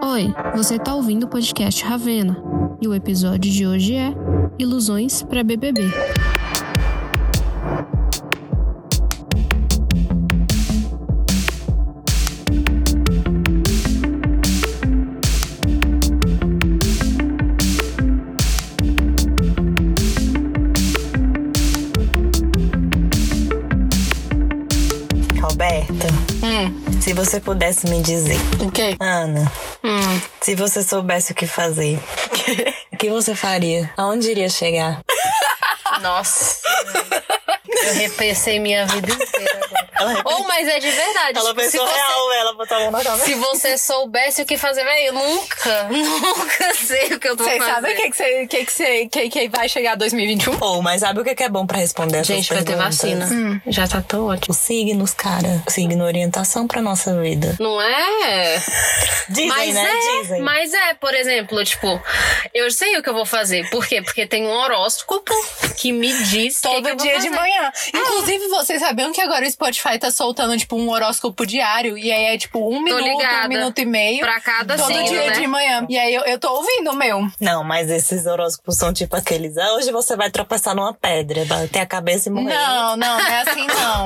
Oi, você está ouvindo o podcast Ravena e o episódio de hoje é Ilusões para BBB. Roberta, Hum, se você pudesse me dizer, o quê? Ana, Hum, se você soubesse o que fazer, o que você faria? Aonde iria chegar? nossa. Eu repensei minha vida inteira agora. Ou, mas é de verdade. se você, ela botou a mão na cabeça. Se você soubesse o que fazer, velho, eu nunca, nunca sei o que eu tô Vocês fazendo. sabem o que, que, cê- que, que, cê- que, que vai chegar 2021? Ou, mas sabe o que que é bom pra responder essas Gente, vai ter perguntas? vacina. Hum. Já tá tão ótimo. Os signos, cara. Signo orientação pra nossa vida. Não é? Dizem, mas né? é, Dizem. mas é, por exemplo, tipo, eu sei o que eu vou fazer. Por quê? Porque tem um horóscopo que me diz o que Todo que eu vou dia de fazer. manhã. Ah, Inclusive, vocês sabiam que agora o Spotify tá soltando, tipo, um horóscopo diário? E aí é, tipo, um minuto, ligada. um minuto e meio. Pra cada Todo signo, dia né? de manhã. E aí eu, eu tô ouvindo o meu. Não, mas esses horóscopos são tipo aqueles. Ah, hoje você vai tropeçar numa pedra, bater a cabeça e morrer. Não, não, não é assim não.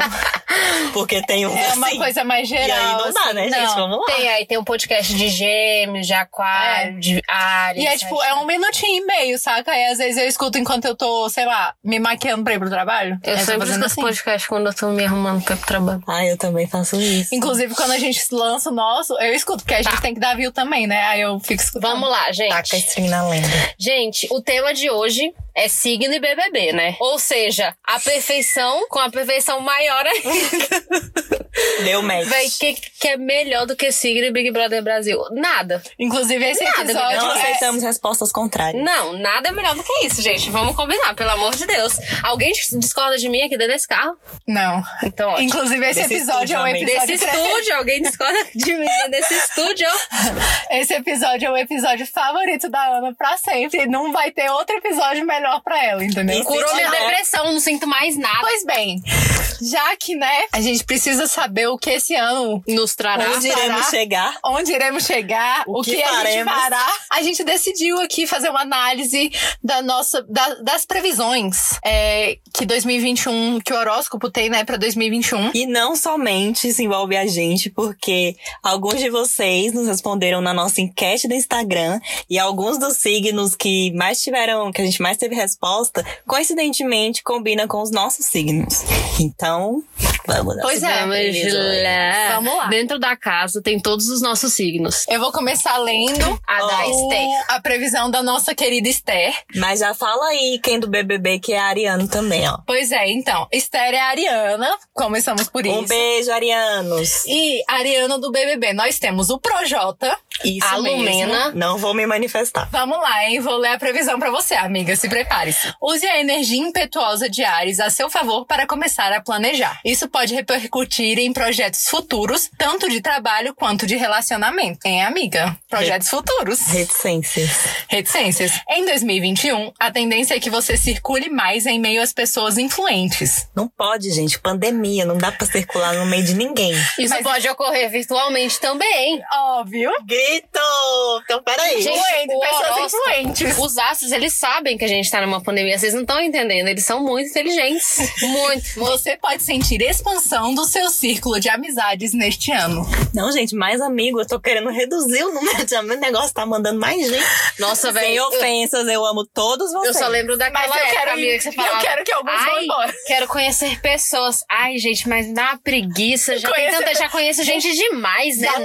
Porque tem um. É uma assim. coisa mais geral. E aí não dá, assim, né, não. gente? Vamos lá. Tem aí, tem um podcast de gêmeos, de aquário, de área. E é tipo, é um minutinho e meio, saca? E às vezes eu escuto enquanto eu tô, sei lá, me maquiando pra ir pro trabalho. É Eu Aí tô sempre escuto fazendo esse podcast quando eu tô me arrumando pra ir pro trabalho. Ah, eu também faço isso. Inclusive, quando a gente lança o nosso, eu escuto, porque a Tá. gente tem que dar view também, né? Aí eu fico escutando. Vamos lá, Taca gente. stream na lenda. Gente, o tema de hoje é signo e BBB, né? Ou seja, a perfeição com a perfeição maior ainda. Deu match. Véi, o que, que é melhor do que signo e Big Brother Brasil? Nada. Inclusive, esse Nada, episódio. Não Não é- aceitamos respostas contrárias. Não, nada é melhor do que isso, gente. Vamos combinar, pelo amor de Deus. Alguém discorda de mim aqui dentro desse carro? Não. Então, ótimo. Inclusive, esse Desse episódio é um estúdio, amiga. episódio. Desse pre- estúdio, alguém discorda de mim dentro desse estúdio. Esse episódio é o episódio favorito da Ana pra sempre. E não vai ter outro episódio melhor pra ela, entendeu? Isso. Curou minha Não. depressão, não sinto mais nada. Pois bem, já que, né, a gente precisa saber o que esse ano Nos trará. Onde iremos chegar? onde iremos chegar, o, que que, a gente faremos. fará. A gente decidiu aqui fazer uma análise da nossa, da- das previsões é, que 2021, que o horóscopo tem, né, pra 2021. E não somente se envolve a gente, porque alguns de vocês nos responderam na nossa enquete do Instagram e alguns dos signos que mais tiveram, que a gente mais teve resposta, coincidentemente combina com os nossos signos. Então, vamos lá. Pois é, Vamos lá. Vamos lá. Dentro da casa tem todos os nossos signos. Eu vou começar lendo A da Oh. Esther. o- a previsão da nossa querida Esther. Mas já fala aí quem do BBB que é ariano também, ó. Pois é, então, Esther é a Ariana, começamos por Um isso. beijo, arianos. E Ariana do BBB, nós temos o Projota. Isso A mesmo. Lumena. Não vou me manifestar. Vamos lá, hein? Vou ler a previsão pra você, amiga. Se prepare-se. Use a energia impetuosa de Ares a seu favor para começar a planejar. Isso pode repercutir em projetos futuros, tanto de trabalho quanto de relacionamento. Hein, amiga? Projetos futuros. Reticências. Reticências. Em 2021, a tendência é que você circule mais em meio às pessoas influentes. Não pode, gente. Pandemia. Não dá pra circular no meio de ninguém. Isso pode ocorrer virtualmente também. Óbvio. Grito! Então, peraí. Gente, Influentes, o pessoas horóscopo- influentes. Os astros, eles sabem que a gente tá numa pandemia. Vocês não estão entendendo. Eles são muito inteligentes. Muito. Você pode sentir expansão do seu círculo de amizades neste ano. Não, gente, mais amigo. Eu tô querendo reduzir o número de amigos. O negócio tá mandando mais gente. Sem Nossa, velho. eu- ofensas, eu amo todos vocês. Eu só lembro daquela Mas eu época, quero ir- amiga, que você eu falava. quero que alguns vão Ai, embora." Quero conhecer pessoas. Ai, gente, mas dá uma preguiça. Já, tem Conhecer- tanta, já conheço gente demais, né? Dá Não,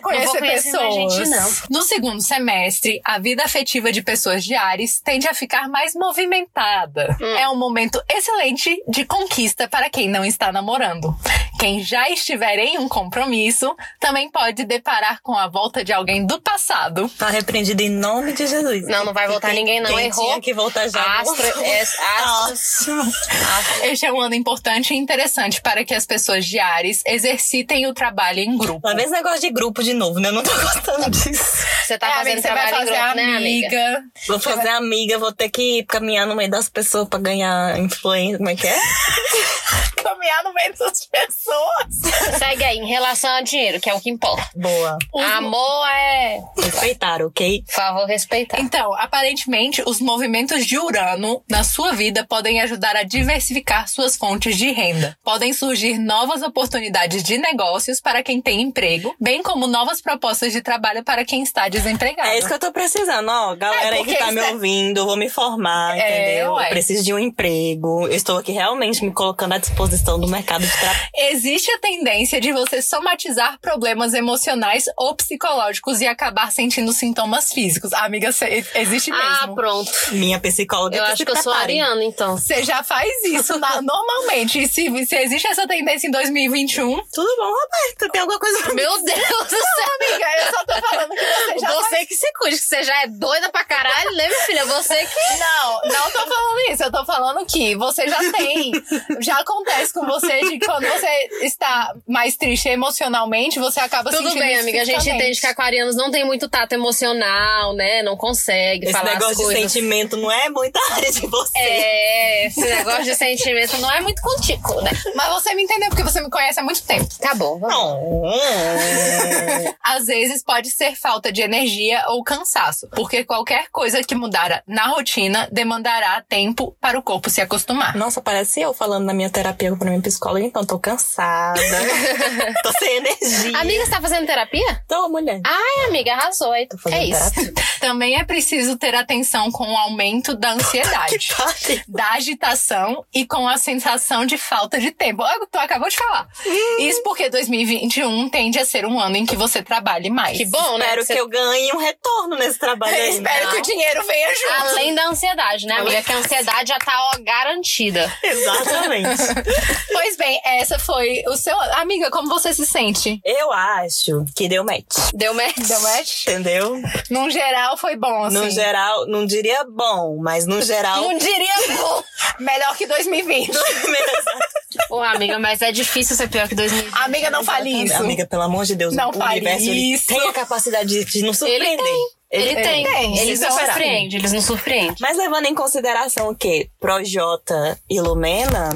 não conhecer, vou conhecer mais pessoas. gente, não. No segundo semestre, a vida afetiva de pessoas de Ares tende a ficar mais movimentada. Hum. É um momento excelente de conquista para quem não está namorando. Quem já estiver em um compromisso também pode deparar com a volta de alguém do passado. Tá repreendido em nome de Jesus. Não, não vai voltar Quem- ninguém, não. Quem Errou. Tinha que voltar já. Astro, voltou. é, astros, astros. Este é um ano importante e interessante para que as pessoas de Ares exercitem o trabalho em grupo. Lá vem esse negócio de grupo de novo, né? Eu não tô gostando disso. Você tá É, fazendo amiga, você vai trabalho em fazer grupo, né, amiga? amiga. Vou fazer amiga, vou ter que caminhar no meio das pessoas pra ganhar influência. Como é que é? caminhar no meio das pessoas. Segue aí, em relação ao dinheiro, que é o que importa. Boa. Amor é. Respeitaram, ok? Favor respeitar. Então, aparentemente, os movimentos de Urano na sua vida podem ajudar a diversificar suas fontes de renda. Podem surgir novas oportunidades de negócios para quem tem emprego, bem como novas propostas de trabalho para quem está desempregado. É isso que eu tô precisando, ó. Galera É, aí que porque tá me isso é- ouvindo, eu vou me formar, É, entendeu? ué. Eu preciso de um emprego. Eu estou aqui realmente me colocando à disposição do mercado de trabalho. Existe a tendência de você somatizar problemas emocionais ou psicológicos e acabar sentindo sintomas físicos. Ah, Amiga, cê- existe Ah, mesmo. pronto. Minha psicóloga Eu que acho se que eu sou prepare. ariana, então. Você já faz isso na- normalmente. E se, se existe essa tendência em 2021, Tudo bom, Roberta? Tem alguma coisa pra mim? Meu Deus do céu. amiga, eu só tô falando que você já faz. Você que se cuide, que você já é doida pra caralho, né, minha filha? Você que. Não, não tô falando isso. Eu tô falando que você já tem. Já acontece com você de quando você está mais triste emocionalmente, você acaba Tudo sentindo bem, isso amiga. A gente fisicamente. entende que aquarianos não tem muito tato emocional, né? Não consegue Esse falar as negócio de coisas. sentimento não é muita área de você. É, esse negócio de sentimento não é muito contigo, né? Mas você me entendeu, porque você me conhece há muito tempo. Tá bom, vamos. Não. Às vezes pode ser falta de energia ou cansaço, porque qualquer coisa que mudar na rotina demandará tempo para o corpo se acostumar. Nossa, parece eu falando na minha terapia pra minha psicóloga, então tô cansada. tô sem energia. Amiga, você tá fazendo terapia? Tô, mulher. Ai, amiga, arrasou. aí. Tô fazendo É isso. terapia. Também é preciso ter atenção com o aumento da ansiedade. Pare. da agitação e com a sensação de falta de tempo. Ah, Tu acabou de falar. Isso porque 2021 tende a ser um ano em que você trabalhe mais. Que bom, né? Espero Você- que eu ganhe um retorno nesse trabalho aí. né? Espero que o dinheiro venha junto. Além da ansiedade, né, amiga? Que a ansiedade já tá, ó, garantida. Exatamente. Pois bem, essa foi o seu. Amiga, como você se sente? Eu acho que deu match. Deu match? Deu match? Entendeu? Num geral, foi bom, assim. No geral, não diria bom, mas no geral. Não diria bom. Melhor que 2020. Ô, amiga, mas é difícil ser pior que 2020. Amiga, não fale isso. assim, Amiga, pelo amor de Deus, Não o fale universo ele isso. tem a capacidade de, de nos surpreender. Ele, tem. tem. Eles não é Então, assim- surpreendem, eles não surpreendem. Mas levando em consideração o quê? Projota e Lumena,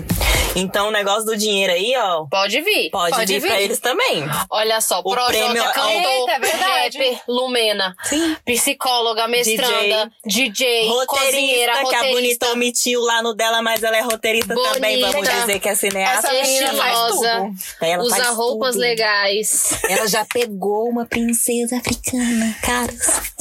então o negócio do dinheiro aí, ó, Pode vir. pode, Pode vir, vir. pra eles também. Olha só, prêmio Projota, é- cantor, Eita, é verdade. rapper, Lumena, Sim. psicóloga, mestranda, DJ, cozinheira, Roteirista, que é a roteirista, bonita omitiu lá no dela, mas ela é roteirista Bonita. também. Vamos dizer que é cineasta. Essa menina faz estilosa, tudo. Ela usa faz roupas tudo. legais. Ela já pegou uma princesa africana, cara.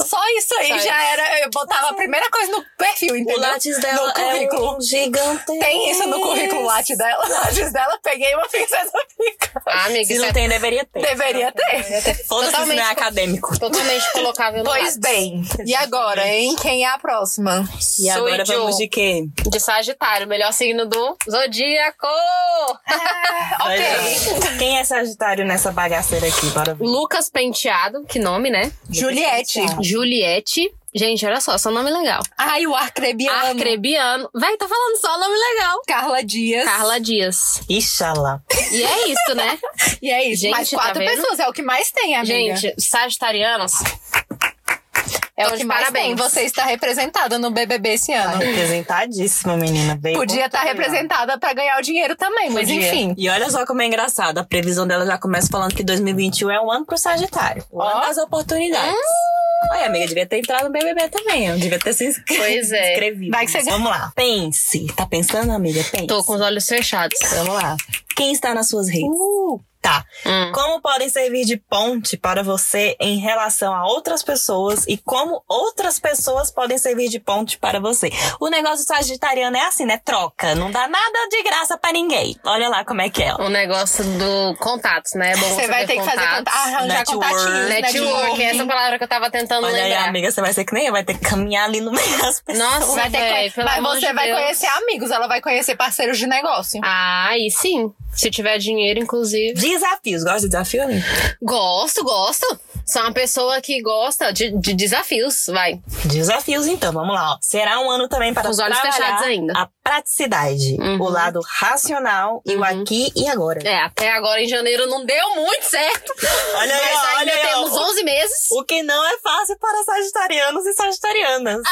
Só isso aí Só já era. Eu botava a primeira coisa no perfil, O entendeu? lápis no dela é currículo. um gigante. Tem isso no currículo látis dela. Látis dela, peguei uma princesa africana. Ah, amiga, Se isso não é tem, deveria ter. Deveria ter. Foda-se se não Totalmente. é acadêmico. totalmente colocável no lápis. Pois bem. E agora, hein? Quem é a próxima? E agora Soy vamos Joe, de quê? de Sagitário, melhor signo do Zodíaco. Vai Ok. lá. Quem é Sagitário nessa bagaceira aqui? Bora ver. Lucas Penteado, que nome, né? Juliette. Juliette. Gente, olha só, seu nome legal. Ai, o Arcrebiano. Arcrebiano. Vai, tô falando só nome legal. Carla Dias. Carla Dias. Ixalá. E é isso, né? E é isso. Gente, mais tá quatro vendo? pessoas. É o que mais tem, amiga. Gente, sagitarianos. é então, o que de mais parabéns. tem. Você está representada no BBB esse ano. Tá Representadíssima, menina. Bem Podia tá estar representada pra ganhar o dinheiro também, mas Podia. enfim. E olha só como é engraçado. A previsão dela já começa falando que 2021 é um ano pro Sagitário. O ano Ó. das oportunidades. Olha, amiga, devia ter entrado no BBB também. Eu devia ter se inscri- Pois é. inscrevido. Vai que você ganha. Vamos lá. Pense. Tá pensando, amiga? Pense. Tô com os olhos fechados. Vamos lá. Quem está nas suas redes? Uh. Tá. Hum. Como podem servir de ponte para você em relação a outras pessoas e como outras pessoas podem servir de ponte para você. O negócio sagitariano é assim, né? Troca. Não dá nada de graça pra ninguém. Olha lá como é que é. ó. O negócio do contatos, né? É bom você, Você vai ter que fazer né, conta- contatos. arranjar networking. contatinhos. Network, networking. essa é a palavra que eu tava tentando Olha aí, lembrar. amiga, você vai ser que nem eu, vai ter que caminhar ali no meio das pessoas. Nossa, Vai ter que- véi, pelo mas amor você de vai Deus. conhecer amigos, ela vai conhecer parceiros de negócio. Ah, aí sim. Se tiver dinheiro, inclusive. Desafios, gosta de desafio, amiga? Gosto, gosto. Sou uma pessoa que gosta de, de desafios, vai. Desafios, então, vamos lá. ó. Será um ano também para Com os olhos trabalhar fechados ainda. a praticidade, Uhum. o lado racional e o aqui e agora. É, até agora em janeiro não deu muito certo. Olha aí, É, mas ó, ainda olha aí, ó. temos 11 meses. O que não é fácil para sagitarianos e sagitarianas.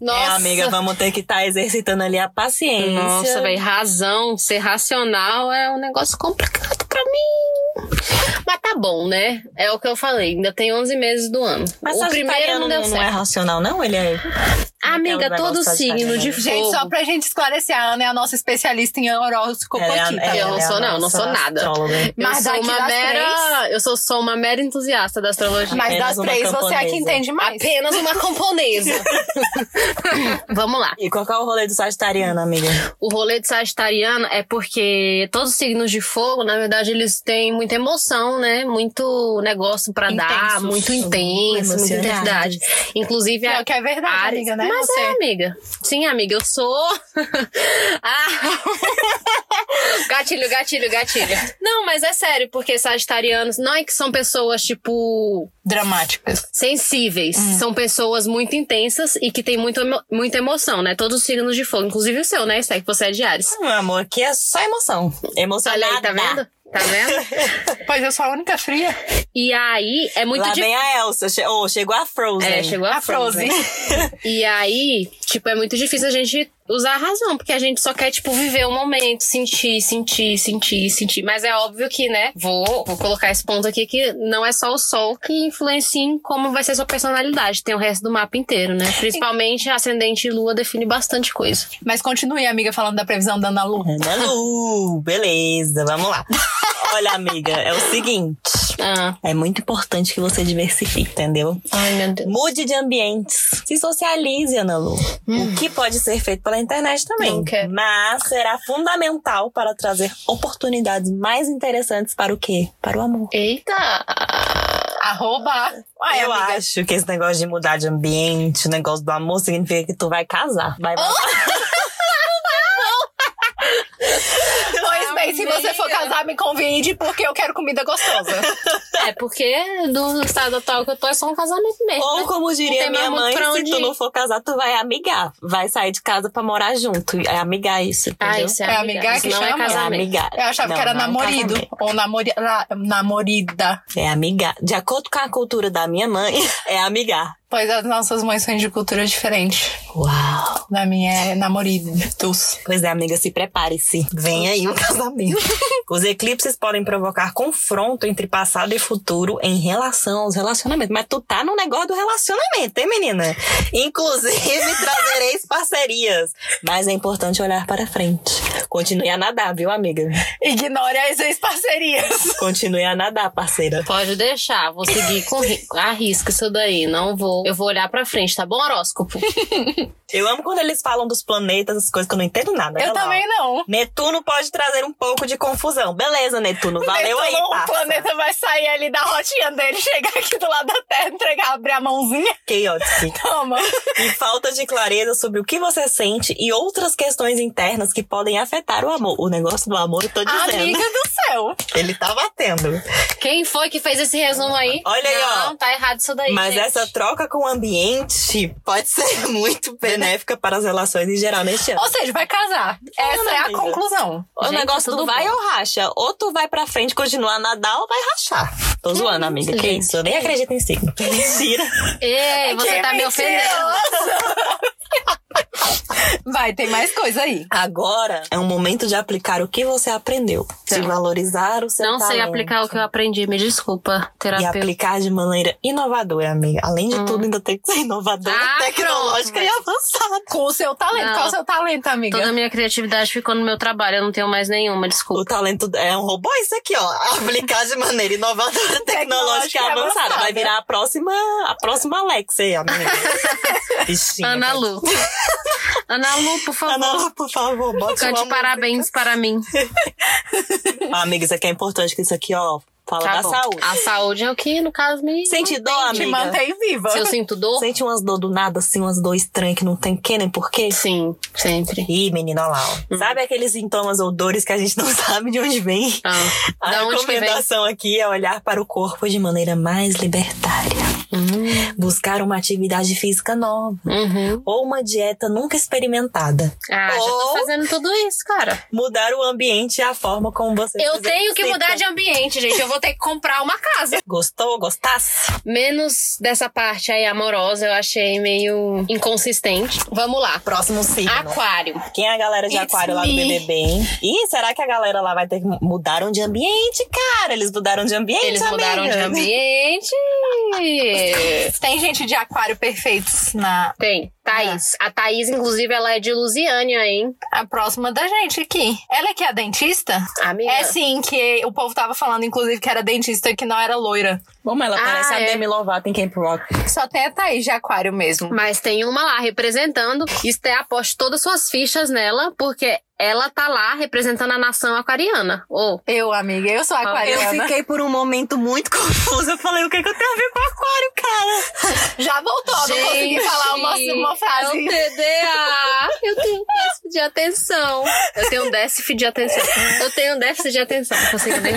Nossa. É, amiga, vamos ter que estar exercitando ali a paciência. Nossa, velho, razão, ser racional é um negócio complicado pra mim. Mas tá bom, né? É o que eu falei, ainda tem 11 meses do ano. Mas o sagitariano primeiro não deu não é certo. racional, não? Ele é. aquele Amiga, negócio todo sagitariano, signo de né? fogo. Gente, só pra gente esclarecer, a Ana é a nossa espssa em horóscopo Ela é a- aqui, tá? ela Eu não é a sou, não, não nossa sou nada. astróloga. eu Mas sou daqui uma das mera. Eu sou só uma mera entusiasta da astrologia. Mas Apenas das uma três, você é a que camponesa. entende mais. Apenas uma camponesa. Vamos lá. E qual que é o rolê do sagitariano, amiga? O rolê de Sagitariano é porque todos os signos de fogo, na verdade, eles têm muita emoção, né? Muito negócio pra dar, Intensos. muito intenso, muita Emocionados. intensidade. Inclusive, É a o que é verdade, Ares- amiga, né? Mas Você- é, amiga. Sim, amiga, eu sou. ah. gatilho, gatilho, gatilho. Não, mas é sério, porque Sagitarianos não é que são pessoas, tipo, Dramáticas. sensíveis. É. São pessoas muito intensas e que têm muito emo- muita emoção, né? Todos os signos de fogo, inclusive o seu, né, Stack? Você é de Ares. Meu amor, aqui é só emoção. Emocionada. Olha aí, tá vendo? Tá vendo? Pois eu sou a única fria. E aí, é muito Lá difícil. vem a Elsa. Che... oh, chegou a Frozen. É, chegou a, A Frozen. E aí, tipo, é muito difícil a gente usar a razão, porque a gente só quer, tipo, viver o momento, sentir, sentir, sentir, sentir. Mas é óbvio que, né, vou, vou colocar esse ponto aqui que não é só o sol que influencia em como vai ser sua personalidade, tem o resto do mapa inteiro, né? Principalmente ascendente e lua define bastante coisa. Mas continue, amiga, falando da previsão da Ana Lu. Ana Lu, beleza, vamos lá. Olha, amiga, é o seguinte. Ah, É muito importante que você diversifique, entendeu? ai, meu Deus. Mude de ambientes. Se socialize, Ana Lu. O que pode ser feito pela internet também. Hum. Não quero. Mas será fundamental para trazer oportunidades mais interessantes para o quê? Para o amor. Eita! Arroba. Uai, eu Ah, é, amiga. acho que esse negócio de mudar de ambiente, o negócio do amor, significa que tu vai casar. Vai, vai. Pois bem, se você for Amiga. casar, me convide, porque eu quero comida gostosa. É porque do estado atual que eu tô é só um casamento mesmo. Ou né? como diria tem mais minha muito mãe, pra se onde tu ir. não for casar, tu vai amigar. Vai sair de casa pra morar junto. É amigar isso, entendeu? Ah, isso é, É amigar, amigar isso que não é chama? É casamento. amigar. Eu achava Não, que era não é um namorido. casamento. Ou namori... na- namorida. É amigar. De acordo com a cultura da minha mãe, é amigar. Pois as nossas mães são de cultura diferente. Uau. Da minha é namoridos. Pois é, amiga, se prepare-se. Vem aí o casamento. Os eclipses podem provocar confronto entre passado e futuro em relação aos relacionamentos. Mas tu tá no negócio do relacionamento, hein, menina? Inclusive, trazereis parcerias. Mas é importante olhar para frente. Continue a nadar, viu, amiga? Ignore as ex-parcerias. Continue a nadar, parceira. Pode deixar, vou seguir com ri- a risca isso daí, não vou. Eu vou olhar pra frente, tá bom, horóscopo? Eu amo quando eles falam dos planetas, as coisas que eu não entendo nada. Eu Olha lá, também ó. não. Netuno pode trazer um pouco de confusão. Beleza, Netuno. Valeu Então, aí, o parça. planeta vai sair ali da rotinha dele, chegar aqui do lado da Terra, entregar, abrir a mãozinha. Chaotic. Toma. E falta de clareza sobre o que você sente e outras questões internas que podem afetar o amor. O negócio do amor, eu tô dizendo. Amiga do céu. Ele tá batendo. Quem foi que fez esse resumo aí? Olha aí, ó. Não, tá errado isso daí. Mas gente. essa troca com o ambiente pode ser muito benéfica para as relações em geral neste ano. Ou seja, vai casar. Essa é a amiga. conclusão. O Gente, negócio tudo do vai bom. ou racha. Ou tu vai pra frente continuar a nadar ou vai rachar. Tô zoando, amiga. Que gente. isso? Eu nem acredito em signo. Hum, Mentira. Ei, você É Que tá me ofendendo. mentirosa. Vai, tem mais coisa aí. Agora é um momento de aplicar o que você aprendeu. De Não. valorizar o seu Não sei talento. aplicar o que eu aprendi, me desculpa, tá E terapeuta. aplicar de maneira inovadora, amiga. Além de tudo, ainda tem que ser inovadora, Hum. Ah, tecnológica pronto, e avançada. Com o seu talento. Não. Qual o seu talento, amiga? Toda a minha criatividade ficou no meu trabalho, eu não tenho mais nenhuma, desculpa. O talento é um robô, isso aqui, ó. Aplicar de maneira inovadora, tecnológica e e avançada. avançada. Vai virar a próxima, a próxima Alexa aí, amiga. Bichinha. Ana Lu. Ana Lu, por favor. né? Ana Lu, por favor, bote uma Cante música. parabéns para mim. Ah, amiga, isso aqui é importante, que isso aqui, ó, Fala Tá da bom. saúde. A saúde é o que, no caso, me. Sente dor, Te amiga? mantém viva. Se eu sinto dor? Sente umas dor do nada, assim, umas dor estranhas que não tem que nem porquê? Sim, sempre. Ih, menina, olha lá. Hum. ó. Sabe aqueles sintomas ou dores que a gente não sabe de onde vem? Ah, A da onde que vem? recomendação aqui é olhar para o corpo de maneira mais libertária. Hum, Buscar uma atividade física nova. uhum. Ou uma dieta nunca experimentada. Ah, já tô Ou- fazendo tudo isso, cara. Mudar o ambiente e a forma como você Eu fizer tenho que sexo. mudar de ambiente, gente. Eu vou ter que comprar uma casa. Gostou? Gostasse? Menos dessa parte aí amorosa, eu achei meio inconsistente. Vamos lá. Próximo signo. Aquário. Quem é a galera de It's aquário lá do me. BBB, hein? Ih, será que a galera lá vai ter que... Mudaram de ambiente, cara. Eles mudaram de ambiente, Eles mudaram de amiga. ambiente. Tem gente de aquário perfeitos na Tem. Thaís. A Thaís, inclusive, ela é de Lusiânia, hein? a próxima da gente aqui. Ela que é a dentista? Amiga. É sim, que o povo tava falando, inclusive, que era dentista e que não era loira. Como ela Ah, parece a é. Demi Lovato em Camp Rock. Só tem a Thaís de aquário mesmo. Mas tem uma lá representando. Esté aposte todas suas fichas nela, porque ela tá lá representando a nação aquariana. Ou. Eu, amiga, eu sou Ah, Eu aquariana. fiquei por um momento muito confusa. Eu falei, o que, que eu tenho a ver com aquário, cara? Já voltou, não consegui falar uma, uma frase. É o TDA. Eu tenho um déficit de atenção. Eu tenho um déficit de atenção. Eu tenho um déficit de atenção. Não consigo nem.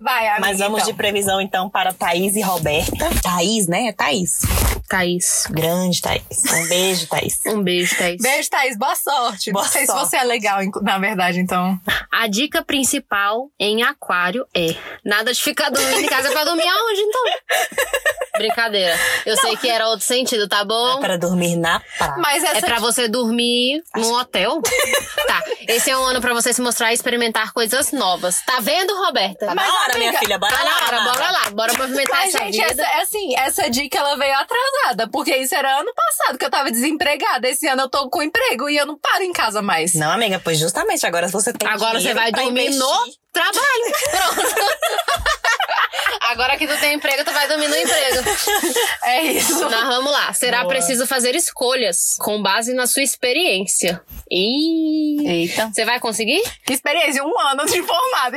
Vai, amiga. Mas vamos então. de previsão, então, para Thaís e Roberta. Thaís, né? É Thaís. Thaís. Grande Thaís. Um beijo, Thaís. Um beijo, Thaís. Beijo, Thaís. Boa sorte. Boa não sei sorte. se você é legal, inclu- na verdade, então. A dica principal em aquário é nada de ficar dormindo em casa pra dormir aonde, então? Brincadeira. Eu sei que era outro sentido, tá bom? Para dormir na praia. Mas essa É pra você dormir num hotel? tá. Esse é um ano pra você se mostrar e experimentar coisas novas. Tá vendo, Roberta? Tá na hora, minha amiga, filha. Bora Tá na lá, hora, amada. bora lá. Bora movimentar Mas, essa gente, vida. essa, assim, essa dica ela veio atrasada, porque isso era ano passado que eu tava desempregada. Esse ano eu tô com emprego e eu não paro em casa mais. Não, amiga, pois justamente agora você tem Agora você dinheiro vai pra dormir investir. no trabalho. Pronto. Agora que tu tem emprego, tu vai dormir no emprego. É isso. Mas vamos lá. Será Boa. preciso fazer escolhas com base na sua experiência. Ih. Eita. Você vai conseguir? Que experiência, um ano de formada,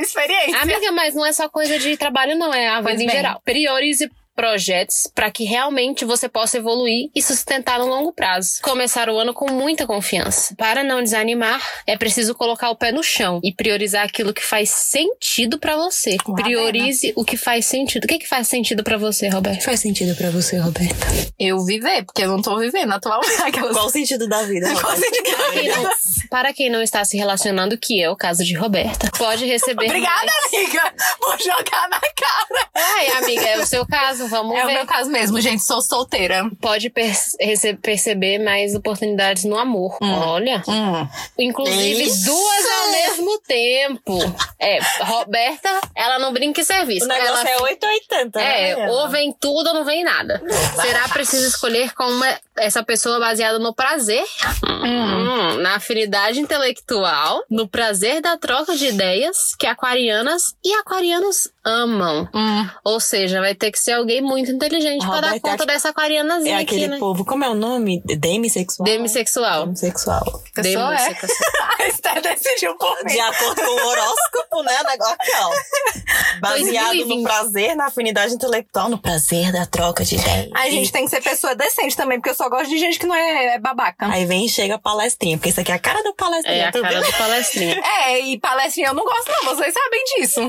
experiência. Amiga, mas não é só coisa de trabalho, não. É a Pois vida em bem. geral. Priorize projetos para que realmente você possa evoluir e sustentar no longo prazo. Começar o ano com muita confiança. Para não desanimar, é preciso colocar o pé no chão e priorizar aquilo que faz sentido para você. Lá, Priorize o que faz sentido. O que, que faz sentido para você, Roberto? Faz sentido pra você, Roberta? Eu viver, porque eu não tô vivendo atualmente. Aquelas... Qual o sentido da vida, Qual Roberta? sentido da Quem não- vida? para quem não está se relacionando, que é o caso de Roberta, pode receber. Obrigada, mais- amiga, por jogar na cara. Ai, amiga, é o seu caso, vamos É o ver. meu caso mesmo, gente. Sou solteira. Pode perce- rece- perceber mais oportunidades no amor. Olha. Hum. Inclusive, Isso! duas ao mesmo tempo. É, Roberta, ela não brinca em serviço. O negócio ela é 880, é, né? ou vem tudo ou não vem nada. Será preciso escolher com uma- essa pessoa baseada no prazer, hum, na afinidade intelectual, no prazer da troca de ideias que aquarianas e aquarianos amam. Hum. Ou seja, vai ter que ser alguém muito inteligente pra dar Roberta, conta acho- dessa aquarianazinha É aqui, aquele né? povo, como é o nome? Demissexual? Demissexual. Demissexual. Pessoa é. Demissexual. A Esther decidiu por mim. De acordo com o horóscopo, né? o Negócio aqui, ó. Baseado 2020. no prazer, na afinidade intelectual, no prazer da troca de ideias. A gente tem que ser pessoa decente também, porque eu só gosto de gente que não é, é babaca. Aí vem e chega a palestrinha, porque isso aqui é a cara do palestrinha, É a tu cara viu? do palestrinha. É, e palestrinha eu não gosto, não. Vocês sabem disso.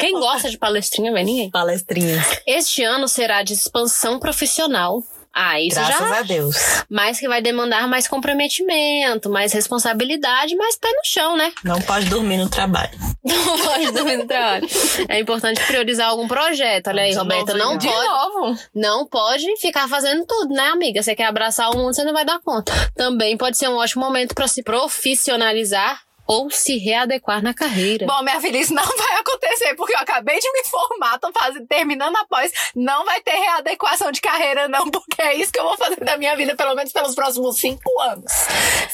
Quem gosta de palestrinha, velho? Ninguém. Palestrinha. Este ano será de expansão profissional. Ah, isso Graças já. a Deus. Mas que vai demandar mais comprometimento, mais responsabilidade, mais pé no chão, né? Não pode dormir no trabalho. Não pode dormir no trabalho. É importante priorizar algum projeto. Olha aí, De Roberta, novo, não De pode, novo. não pode ficar fazendo tudo, né, amiga? Você quer abraçar o mundo, você não vai dar conta. Também pode ser um ótimo momento para se profissionalizar ou se readequar na carreira. Bom, minha filha, isso não vai acontecer, porque eu acabei de me formar, tô fazendo, terminando a pós. Não vai ter readequação de carreira, não, porque é isso que eu vou fazer da minha vida, pelo menos pelos próximos cinco anos.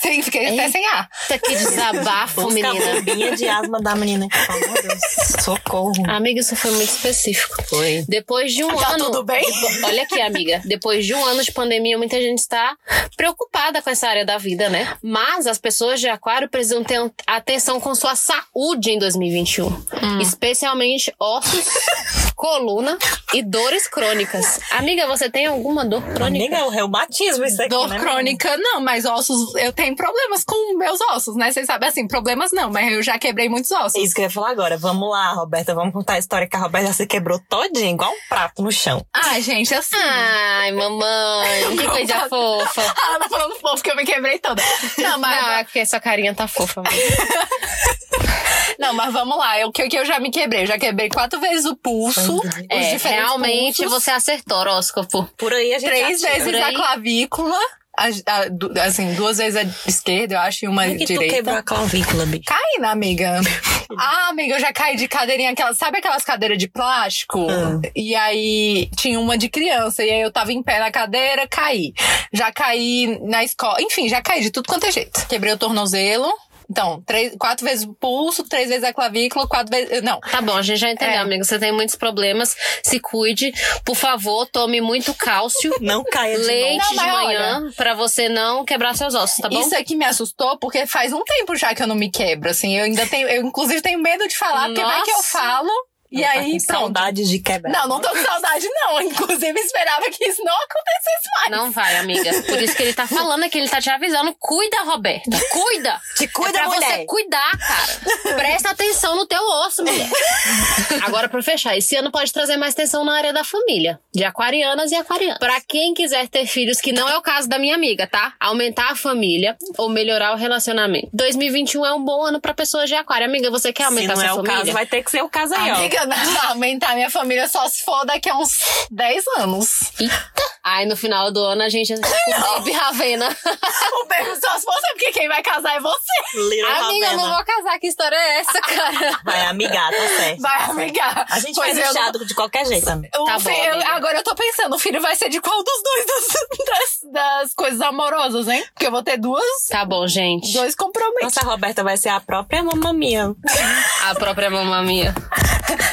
Sim, fiquei até sem ar. Eita, que desabafo, Busca a menina. bombinha de asma da menina aqui, pelo amor de Deus. Socorro. Amiga, isso foi muito específico. Foi. Depois de um Tá ano. Tipo, tudo bem? Olha aqui, amiga. Depois de um ano de pandemia, muita gente está preocupada com essa área da vida, né? Mas as pessoas de Aquário precisam ter atenção com sua saúde em 2021. Especialmente um. ossos, coluna e dores crônicas. Amiga, você tem alguma dor crônica? Amiga, é o reumatismo isso aqui, Dor né? crônica, não, é mas ossos, eu tenho problemas com meus ossos, né? Vocês sabem assim, problemas não, mas eu já quebrei muitos É ossos. isso que eu ia falar agora. Vamos lá, Roberta. Vamos contar a história que a Roberta se quebrou todinha, igual um prato no chão. Ah, gente, assim. Ai, mamãe, que coisa fofa. Ah, ela tá falando fofo que eu me quebrei toda. Não, mas, Não, é porque sua carinha tá fofa. mãe. não, mas vamos lá. O que, que eu já me quebrei? Eu já quebrei quatro vezes o pulso. os É, diferentes realmente pulsos, você acertou, horóscopo. Por aí a gente Três atira. vezes Por a aí. clavícula. a- a- du- assim, duas vezes a esquerda, eu acho, e uma Como é que tu direita. quebrou a clavícula, bicho? Caí, né, amiga? Ah, amiga, eu já caí de cadeirinha, aquelas, sabe aquelas cadeiras de plástico? Ah. E aí tinha uma de criança, e aí eu tava em pé na cadeira, caí. Já caí na escola, enfim, já caí de tudo quanto é jeito. Quebrei o tornozelo. Então, três, quatro vezes o pulso, três vezes a clavícula, quatro vezes. Não, Tá bom, a gente já entendeu, É. amiga. Você tem muitos problemas. Se cuide. Por favor, tome muito cálcio. Não caia de Leite Não, de mas manhã pra você não quebrar seus ossos, tá bom? Isso aqui me assustou porque faz um tempo já que eu não me quebro, assim. Eu ainda tenho, eu inclusive tenho medo de é falar, porque vai que eu Nossa. falo e Tá aí com pronto. saudade de quebrar. Não, não tô com saudade não. Inclusive esperava que isso não acontecesse mais. Não vai, amiga. Por isso que ele tá falando aqui, ele tá te avisando. Cuida, Roberta. Cuida. Te cuida, é pra mulher. você cuidar, cara. Presta atenção no teu osso, mulher. Agora, pra fechar, esse ano pode trazer mais atenção na área da família. De aquarianas e aquarianos. Pra quem quiser ter filhos, que não é o caso da minha amiga, tá? Aumentar a família ou melhorar o relacionamento. 2021 é um bom ano pra pessoas de aquário. Amiga, você quer Se aumentar não sua é o família? caso, vai ter que ser o caso aí, ó. Amiga, não, aumentar minha família só se for daqui a uns 10 anos. Eita. Aí no final do ano a gente com o Baby Ravena. O beijo só se for você, porque quem vai casar é você. Little Amiga, eu não Ravena. vou casar. Que história é essa, cara? Vai amigar, tá certo. Vai amigar. A gente Pois faz eu- fechado de qualquer jeito, amiga. o Tá bom, fi- eu- amiga. agora eu tô pensando, o filho vai ser de qual dos dois das, das, das coisas amorosas, hein? Porque eu vou ter duas Tá bom, gente. Dois compromissos. Nossa, a Roberta vai ser a própria mamãe minha. A própria mamãe é minha.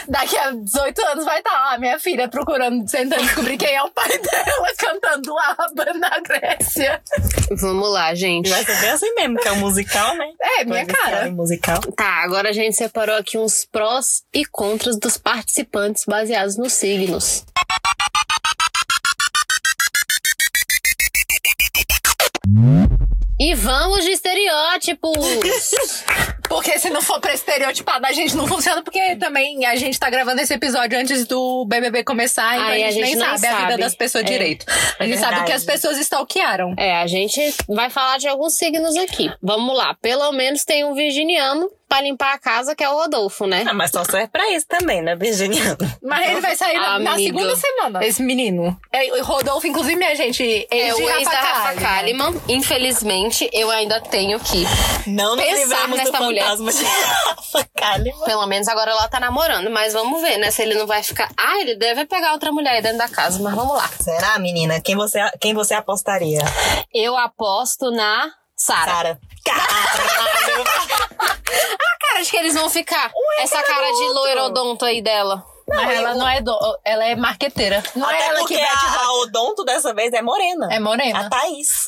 Daqui a 18 anos vai estar lá minha filha procurando, tentando descobrir quem é o pai dela, cantando ABBA na Grécia. Vamos lá, gente. Vai ser bem assim mesmo, que é um musical, né? É, Vai minha viciar cara. em musical. Tá, agora a gente separou aqui uns prós e contras dos participantes baseados nos signos. E vamos de estereótipos! Porque se não for pra estereotipada, a gente não funciona, porque também a gente tá gravando esse episódio antes do BBB começar, então Aí a, gente nem sabe, a vida sabe. das pessoas É. direito. A gente sabe o que verdade. as pessoas stalkearam. É, a gente vai falar de alguns signos aqui. Vamos lá, pelo menos tem um virginiano pra limpar a casa, que é o Rodolfo, né? Ah, mas só serve pra isso também, né, Virginiana? Mas ele vai sair na, na Amiga. segunda semana, esse menino. É, o Rodolfo, inclusive, minha gente, ex É de o ex da Rafa Kalimann. Kalimann. Infelizmente, eu ainda tenho que Não nos Pensar livramos do nessa mulher. fantasma de Rafa Kalimann. Pelo menos agora ela tá namorando, mas vamos ver, né? Se ele não vai ficar. Ah, ele deve pegar outra mulher aí dentro da casa, mas vamos lá. Será, menina? Quem você, quem você apostaria? Eu aposto na Sara. Sara. Caralho! Cara, acho que eles vão ficar. Essa cara de loirodonto aí dela. Mas ela não é do... ela é marqueteira. Não Até é ela porque que vai te a, a odonto dessa vez é morena. É morena. A Thaís.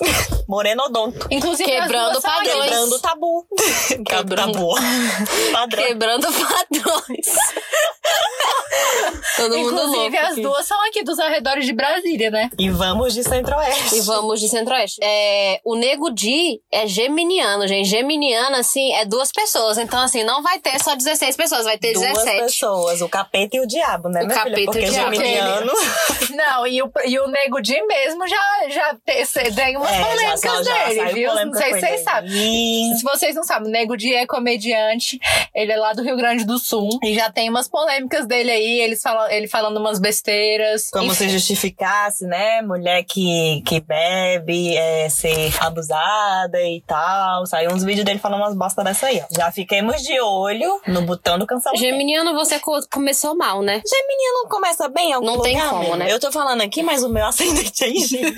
morena odonto. Inclusive, Quebrando as duas são padrões. aí. Quebrando o tabu. Quebrando. tabu. Padrão. Quebrando padrões. Todo mundo louco. Inclusive, as aqui. duas são aqui dos arredores de Brasília, né? E vamos de centro-oeste. E vamos de centro-oeste. É, o Nego Di é geminiano, gente. Geminiano, assim, é duas pessoas. Então, assim, não vai ter só 16 pessoas, vai ter Duas 17. pessoas, o capeta e o diabo, né, O minha capeta e filha? o Porque diabo. geminiano Não, e o, e o Nego Di mesmo já, já te- cê- tem umas É, já- polêmicas já- já dele, saiu viu? Não polêmica sei com se vocês ele. sabem. E- Se vocês não sabem, o Nego Di é comediante, ele é lá do Rio Grande do Sul e já tem umas polêmicas dele aí, eles falam, ele falando umas besteiras. Como Enfim. se justificasse, né? Mulher que, que bebe, é, ser abusada e tal. Saiu uns vídeos dele falando umas bosta dessa aí, ó. Já fiquemos de olho no botão do cancelamento. Geminiano, você co- começou mal, né? Geminiano não começa bem em algum Não lugar, tem como, amiga? né? Eu tô falando aqui, mas o meu ascendente é em gêmeos.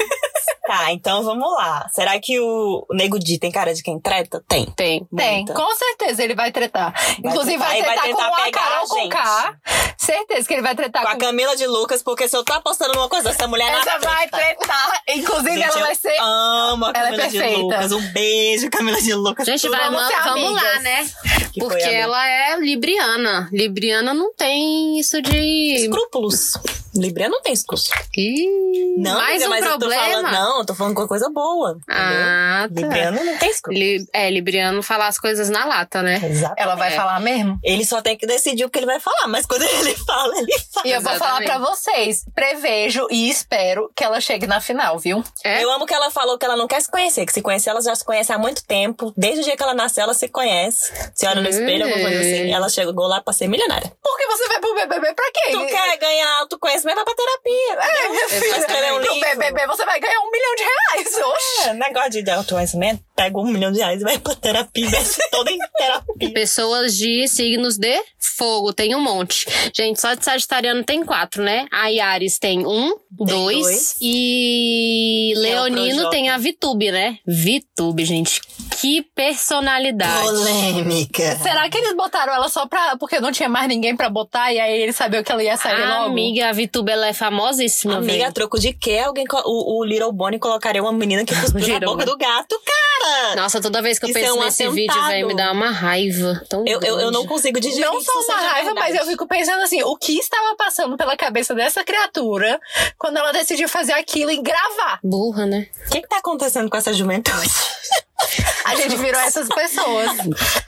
Tá, então vamos lá. Será que o Nego Di tem cara de quem treta? Tem. Tem. Tem, Muita. com certeza ele vai tretar. Inclusive, tretar vai e vai tretar, tentar com a pegar Carol a com gente. K. Certeza que ele vai tretar Com com, a Camila de Lucas, porque se eu tô apostando numa coisa, essa mulher é na Essa vai treta. tretar. Inclusive, Gente, ela eu vai ser amo amo a Ela é Camila de perfeita. Lucas. Um beijo, Camila de Lucas. Gente, vai, Vamos vamos, ser vamos lá, amigas. né? Que foi Porque a- ela é libriana. Libriana não tem isso de. Escrúpulos. Libra não tem escrúpulos. Ih, Não, mais amiga, um mas eu tô problema. falando, não, eu tô falando com coisa boa. entendeu? ah, tá. Libriano não tem escrúpulos. Li- é, Libriano falar as coisas na lata, né? Exato. Ela vai É. falar mesmo? Ele só tem que decidir o que ele vai falar, mas quando ele fala, ele fala. E eu vou falar Exatamente. pra vocês. Prevejo e espero que ela chegue na final, viu? É. Eu amo que ela falou que ela não quer se conhecer, que se conhecer ela já se conhece há muito tempo. Desde o dia que ela nasceu, ela se conhece. Se olha no Hum. espelho, alguma coisa assim. Ela chegou lá pra ser milionária. Porque você vai pro BBB pra quê? Tu quer ganhar autoconhecimento, vai pra terapia. É, minha filha. escrever um No livro. BBB você vai ganhar um milhão de reais. Oxe. É, negócio de autoconhecimento, pega um milhão de reais e vai pra terapia, investe toda em terapia. Pessoas de signos de fogo, tem um monte. Gente, só de Sagitariano tem quatro, né? A Yaris tem um, dois, dois. E Leonino Projota. tem a Vitube, né? Vitube, gente. Que personalidade. Polêmica. Será que eles botaram ela só pra. Porque não tinha mais ninguém pra botar e aí eles sabiam que ela ia sair Ah, logo? Ah, Amiga, a Vitube ela é famosíssima. Amiga, a velho. troco de quê? Alguém, co- o, o Little Bonnie colocaria uma menina que cuspiu na Little boca Bonnie. do gato, cara! Nossa, toda vez que eu tá. Isso penso é um nesse atentado. vídeo, velho, me dá uma raiva. Tão Eu, eu, eu não grande. consigo digerir Não que só isso uma seja raiva, mas eu verdade. fico pensando assim: o que estava passando pela cabeça dessa criatura quando ela decidiu fazer aquilo e gravar? Burra, né? O que, que tá acontecendo com essa juventude? A gente virou essas pessoas.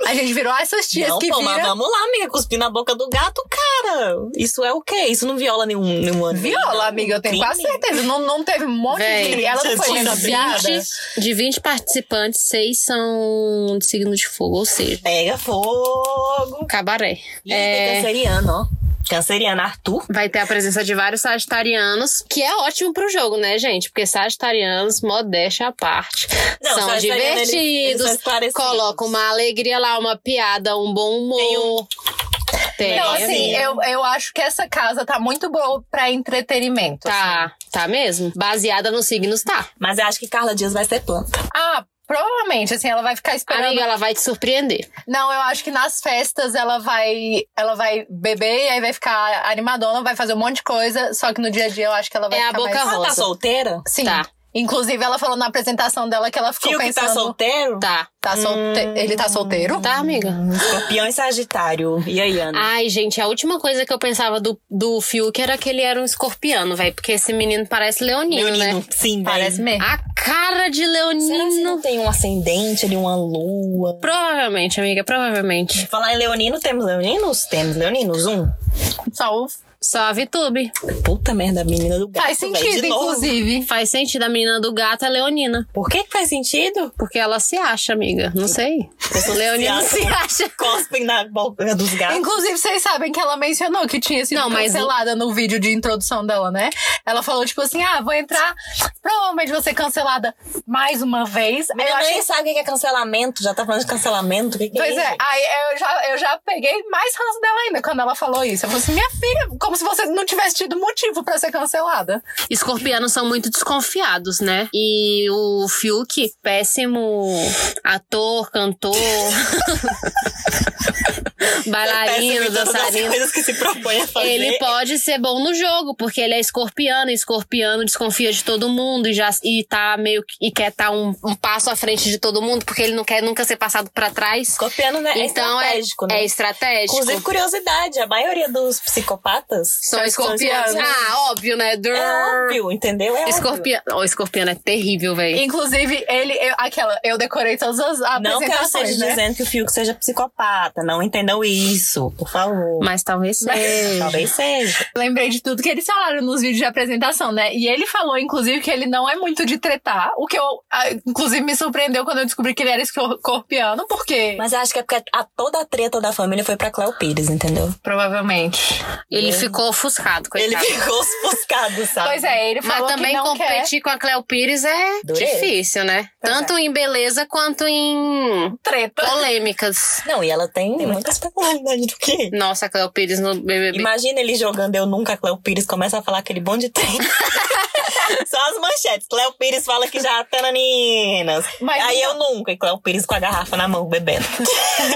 A gente virou essas tias não, que pô, mas viram. vamos lá, amiga, cuspir na boca do gato, cara! Isso é o quê? Isso não viola nenhum, Um nenhum ano. Viola, amiga, eu tenho quase certeza. Não, não teve um monte Véi, de. Ela não foi gente, desafiada. 20, de 20 participantes, seis são de signo de fogo, ou seja, Pega fogo! cabaré. É, Ih, É. tem canceriano, ó. Canceriano, Arthur. Vai ter a presença de vários sagitarianos, que é ótimo pro jogo, né, gente? Porque sagitarianos, modéstia à parte, Não, são sagitariano, eles- divertidos, né, eles são esclarecidos. colocam uma alegria lá, uma piada, um bom humor. Tem. Então, É, assim, amiga. eu, eu acho que essa casa tá muito boa pra entretenimento. assim. Tá, tá mesmo? Baseada nos signos, tá. Mas eu acho que Carla Dias vai ser planta. Ah, provavelmente, assim, ela vai ficar esperando. Amiga, ela vai te surpreender. Não, eu acho que nas festas ela vai, ela vai beber e aí vai ficar animadona, vai fazer um monte de coisa. Só que no dia a dia eu acho que ela vai É a ficar boca mais... Ela tá Rosa. solteira? Sim. Tá. Inclusive, ela falou na apresentação dela que ela ficou Fio que pensando. tá Hum. solteiro? Tá, tá solte- Ele tá solteiro? tá, amiga? Escorpião e Sagitário. E aí, Ah, Ana? Ai, gente, a última coisa que eu pensava do, do Fiuk era que ele era um escorpiano, velho. Porque esse menino parece leonino, né? Sim, Parece velho. mesmo. A cara de Será que você leonino. não tem um ascendente ali, uma lua? Provavelmente, amiga, provavelmente. Falar em leonino, temos leoninos? Temos leoninos, um. Só o- Só a VTube. Puta merda, menina do gato, Faz velho, sentido, de novo. inclusive. Faz sentido, a menina do gato é leonina. Por que que faz sentido? Porque ela se acha, amiga. Não sei. O leonino Se se acha. Cospem na boca dos gatos. Inclusive, vocês sabem que ela mencionou que tinha sido Não, mas- cancelada no vídeo de introdução dela, né? Ela falou, tipo assim, ah, vou entrar, provavelmente vou ser cancelada mais uma vez. Aí eu Minha mãe achei... sabe o que que é cancelamento, já tá falando de cancelamento, o que, que Pois é é, isso? aí eu já, eu já peguei mais ranço dela ainda quando ela falou isso. Eu falei assim, minha filha, como se você não tivesse tido motivo pra ser cancelada. Escorpianos são muito desconfiados, né? E o Fiuk, péssimo ator, cantor, Péssimo bailarino, em todas as dançarino. coisas que se propõe a fazer. Ele pode ser bom no jogo, porque ele é escorpiano, e escorpiano desconfia de todo mundo e já e tá meio que- e quer estar um, um passo à frente de todo mundo, porque ele não quer nunca ser passado pra trás. Escorpiano né, então é é, estratégico, né? é estratégico. Inclusive, curiosidade, a maioria dos psicopatas São escorpianos. Ah, óbvio, né? Durr. ah. É óbvio, entendeu? É óbvio. Escorpiano. Ó, escorpiano é terrível, velho. Inclusive, ele, eu- aquela, eu decorei todas as Não que eu apresentações, esteja né? dizendo que o Fiuk seja psicopata, não entendam isso, por favor. Mas talvez seja. Talvez seja. Lembrei de tudo que eles falaram nos vídeos de apresentação, né? E ele falou, inclusive, que ele não é muito de tretar, o que eu, ah, inclusive, me surpreendeu quando eu descobri que ele era escorpiano, porque. Mas eu acho que é porque a, toda a treta da família foi pra Cléo Pires, entendeu? Provavelmente. Ele ficou ofuscado, coitado. Ele ficou ofuscado, sabe? Pois é, ele Mas falou que também não quer. competir com a Cleo Pires é Dureza. difícil, né? Pois é. Tanto em beleza quanto em Treta. polêmicas. Não, e ela tem muitas personalidades do que? Nossa, Cléo Pires no BBB. Imagina ele jogando Eu Nunca, Cléo Pires começa a falar aquele bom de trem. Só as manchetes. Cléo Pires fala que já tá na Ninas. Mas Aí não- eu nunca. E Cléo Pires com a garrafa na mão, bebendo.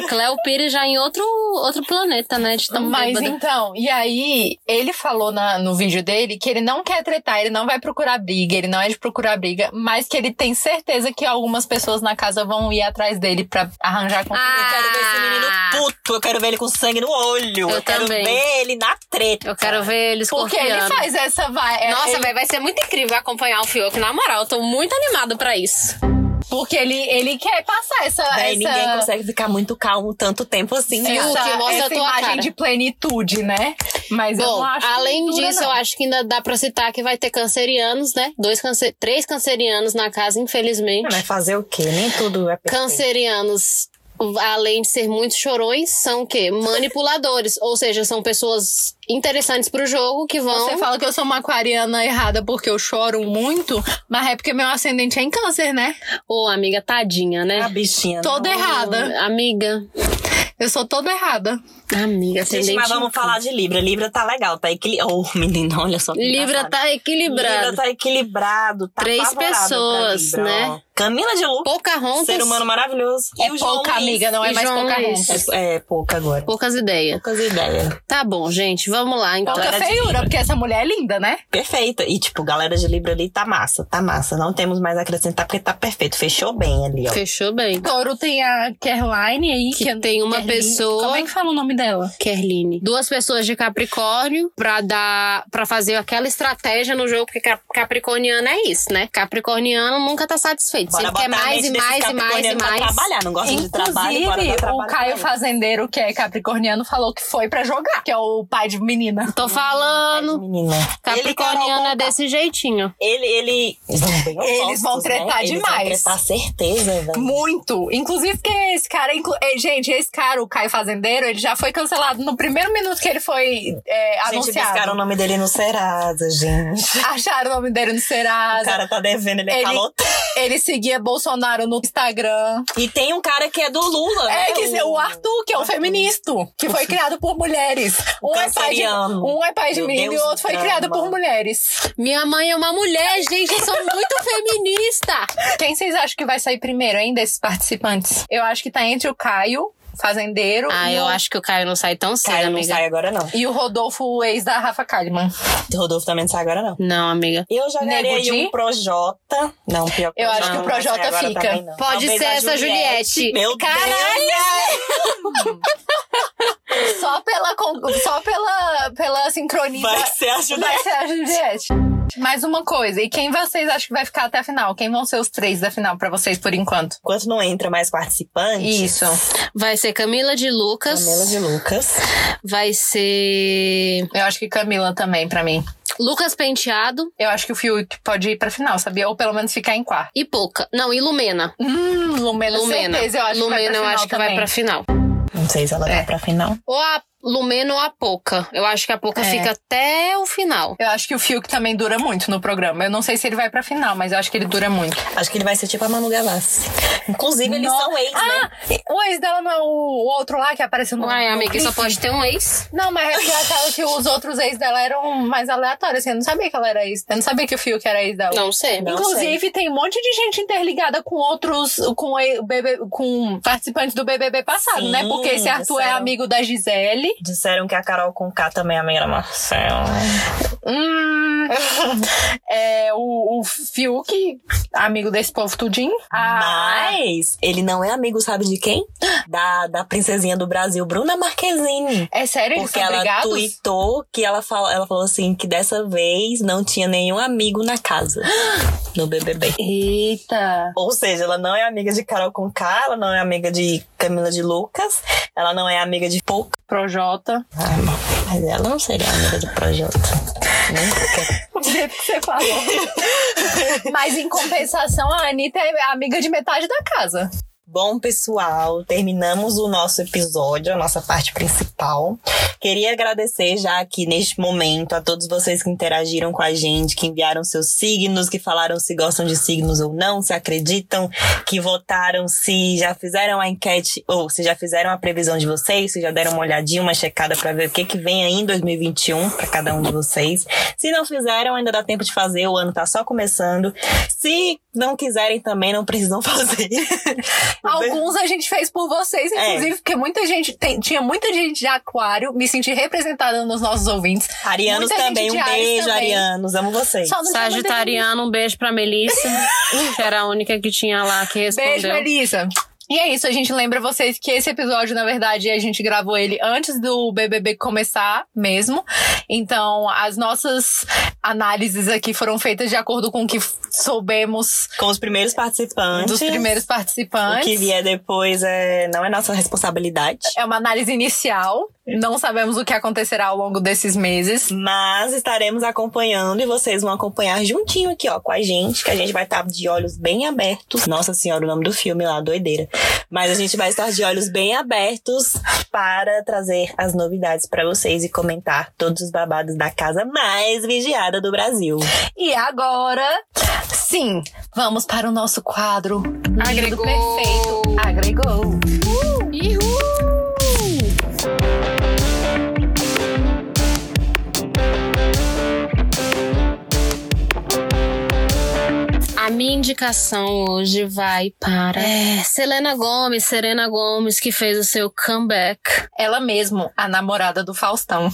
Cléo Pires já em outro, outro planeta, né? De tão Mas bêbada. então, e aí, ele falou na- no vídeo dele que ele não quer tretar, ele não vai procurar briga, ele não é de procurar briga, mas que ele tem certeza que algumas pessoas na casa vão ir atrás dele pra arranjar confusão. Eu quero ver esse menino Ah. puto. Eu quero ver ele com sangue no olho. Eu quero também. ver ele na treta. Eu quero ver eles Porque ele corteando. faz essa vai. é- Nossa, ele- velho, vai ser muito incrível acompanhar o Fiuk. Na moral, eu tô muito animado pra isso. Porque ele, ele quer passar essa. Véi, essa... ninguém consegue ficar muito calmo tanto tempo assim, né? Fiuk, essa, mostra essa a tua imagem cara. de plenitude, né? Mas eu Bom, não acho. além cultura, disso, não. eu acho que ainda dá pra citar que vai ter cancerianos, né? Dois cance- três cancerianos na casa, infelizmente. Vai fazer o quê? Nem tudo é perfeito. Cancerianos, além de ser muito chorões, são o quê? Manipuladores. ou seja, são pessoas interessantes pro jogo que vão. Você fala que eu sou uma aquariana errada porque eu choro muito, mas é porque meu ascendente é em câncer, né? Ô, amiga, tadinha, A né? bichinha. Toda errada. Amiga. Eu sou toda errada. Amiga, Gente, mas vamos falar de Libra. Libra tá legal, tá equilibrado. Ô, menino, olha só. que Livra engraçado. tá equilibrado. Libra tá equilibrado. Tá Três favorável pra pessoas, Libra, né? ó. Camila de Lucas, Pocahontas. ser humano maravilhoso. É e o João pouca, Luiz. amiga, não é E mais João pouca Luiz. ronca. É, é pouca agora. Poucas ideias. Poucas ideias. Tá bom, gente. Vamos lá, então. Pouca Galera de é feiura, Libra. porque essa mulher é linda, né? Perfeita. E, tipo, galera de Libra ali tá massa, tá massa. Não temos mais a acrescentar porque tá perfeito. Fechou bem ali, ó. Fechou bem. Touro tem a Caroline aí, Que que, tem uma Caroline- pessoa- Como é que fala o nome dela? Kerline. Duas pessoas de Capricórnio pra dar para fazer aquela estratégia no jogo, porque cap- capricorniano é isso, né? Capricorniano nunca tá satisfeito. Bora Sempre quer botar a mais mente e desses mais e mais e capricornianos pra mais. trabalhar. Não gosta de trabalho, bora dar Inclusive, o trabalho pra Caio eles. Fazendeiro, que é capricorniano, falou que foi pra jogar, que é o pai de menina. Tô falando. Menina. Capricorniano é Ele, Carol, desse jeitinho. Ele, ele. Eles vão, bem Eles opostos, vão né? tretar Eles demais. Vão tretar certeza, velho. Muito. Inclusive, que esse cara. inclu- eh, Gente, esse cara, o Caio Fazendeiro, ele já foi cancelado no primeiro minuto que ele foi eh, Gente, anunciado. buscaram o nome dele no Serasa, gente. Acharam o nome dele no O Serasa. cara tá devendo, ele é Ele- calotão. Ele seguia Bolsonaro no Instagram. E tem um cara que é do Lula, né? É, que se- o Arthur, que é um feminista, que foi criado por mulheres. O Um é pai de, canceriano. um é pai de Meu menino e Deus, o outro foi drama. criado por mulheres. Minha mãe é uma mulher, gente. Eu sou muito feminista. Quem vocês acham que vai sair primeiro, hein, desses participantes? Eu acho que tá entre o Caio, fazendeiro, Ah, e, eu o, acho que o Caio não sai tão cedo, Caio não amiga. sai agora, não. e o Rodolfo, o ex da Rafa Kalimann. Rodolfo também não sai agora, não. Não, amiga. Eu jogaria Nego aí Di? um Projota. Não, pior Eu Projota não vai acho que o Projota sair agora fica. também, não. Pode Talvez ser a essa Juliette. Meu Caralho! Deus! Só pela, con- só pela, pela sincronia. Vai ser a Vai Juliette. ser a Juliette. Mais uma coisa, e quem vocês acham que vai ficar até a final? Quem vão ser os três da final pra vocês por enquanto? Enquanto não entra mais participantes, Isso. Vai ser Camila de Lucas. Camila de Lucas. Vai ser Eu acho que Camila também, pra mim. Lucas Penteado Eu acho que o Fiuk pode ir pra final, sabia? Ou pelo menos ficar em quarto. e Pouca. Não, e Lumena. Hum, Lumena, Lumena. certeza, eu acho Lumena, que vai pra eu final acho que vai também. pra final. Não sei se ela vai É. pra final. Ou a Lumena ou a Pouca. Eu acho que a Pouca É. fica até o final. Eu acho que o Fiuk também dura muito no programa. Eu não sei se ele vai pra final, mas eu acho que ele dura muito. Acho que ele vai ser tipo a Manu Gavassi. Inclusive, eles No- são ex, né? Ah, o ex dela não é o o outro lá que apareceu no. Uai, no amiga, clipe? só pode ter um ex. Não, mas é que eu achava que os outros ex dela eram mais aleatórios, assim. Eu não sabia que ela era ex. Eu não sabia que o Fiuk era ex dela. Não sei. Não Inclusive, tem um monte de gente interligada com outros, com, e- BB com participantes do BBB passado, Sim, né? Porque esse Arthur é disseram. amigo da Gisele. Disseram que a Carol com K também é amiga da Marcela. Hum, é, o, o Fiuk, amigo desse povo tudinho. Ah, Mas ele não é amigo, sabe de quem? Da, da princesinha do Brasil, Bruna Marquezine. é sério, eles Porque são ela brigados? tweetou que ela, fala, ela falou assim que dessa vez não tinha nenhum amigo na casa no BBB. Eita. Ou seja, ela não é amiga de Carol Conká, ela não é amiga de Camila de Lucas, ela não é amiga de Pouca. Projota. Ah, não. mas ela não seria amiga do projeto. Nunca. Do jeito que você falou. Mas em compensação, a Anitta é amiga de metade da casa. Bom, pessoal, terminamos o nosso episódio, a nossa parte principal. Queria agradecer já aqui neste momento a todos vocês que interagiram com a gente, que enviaram seus signos, que falaram se gostam de signos ou não, se acreditam, que votaram, se já fizeram a enquete ou se já fizeram a previsão de vocês, se já deram uma olhadinha, uma checada para ver o que, que vem aí em 2021 para cada um de vocês. Se não fizeram, ainda dá tempo de fazer, o ano tá só começando. Se não quiserem também, não precisam fazer. Alguns a gente fez por vocês, É. inclusive, porque muita gente tem- tinha muita gente de aquário, me senti representada nos nossos ouvintes. Arianos Muita gente também, de um Ares beijo, também. Arianos, amo vocês. Só não tinha muita Sagitariano, um beijo pra Melissa, que era a única que tinha lá que Beijo, respondeu. Melissa. E é isso, a gente lembra vocês que esse episódio, na verdade, a gente gravou ele antes do BBB começar mesmo. Então, as nossas análises aqui foram feitas de acordo com o que soubemos Com os primeiros participantes. dos primeiros O participantes. que vier depois é, não é nossa responsabilidade. É uma análise inicial. Não sabemos o que acontecerá ao longo desses meses. Mas estaremos acompanhando e vocês vão acompanhar juntinho aqui, ó, com a gente, que a gente vai estar de olhos bem abertos. Nossa senhora, o nome do filme lá, doideira. Mas a gente vai estar de olhos bem abertos para trazer as novidades para vocês e comentar todos os babados da casa mais vigiada do Brasil. E agora, sim, vamos para o nosso quadro. Lindo, Agregou. Perfeito. Agregou. A minha indicação hoje vai para é, Selena Gomes, Serena Gomes, que fez o seu comeback. Ela mesmo, a namorada do Faustão.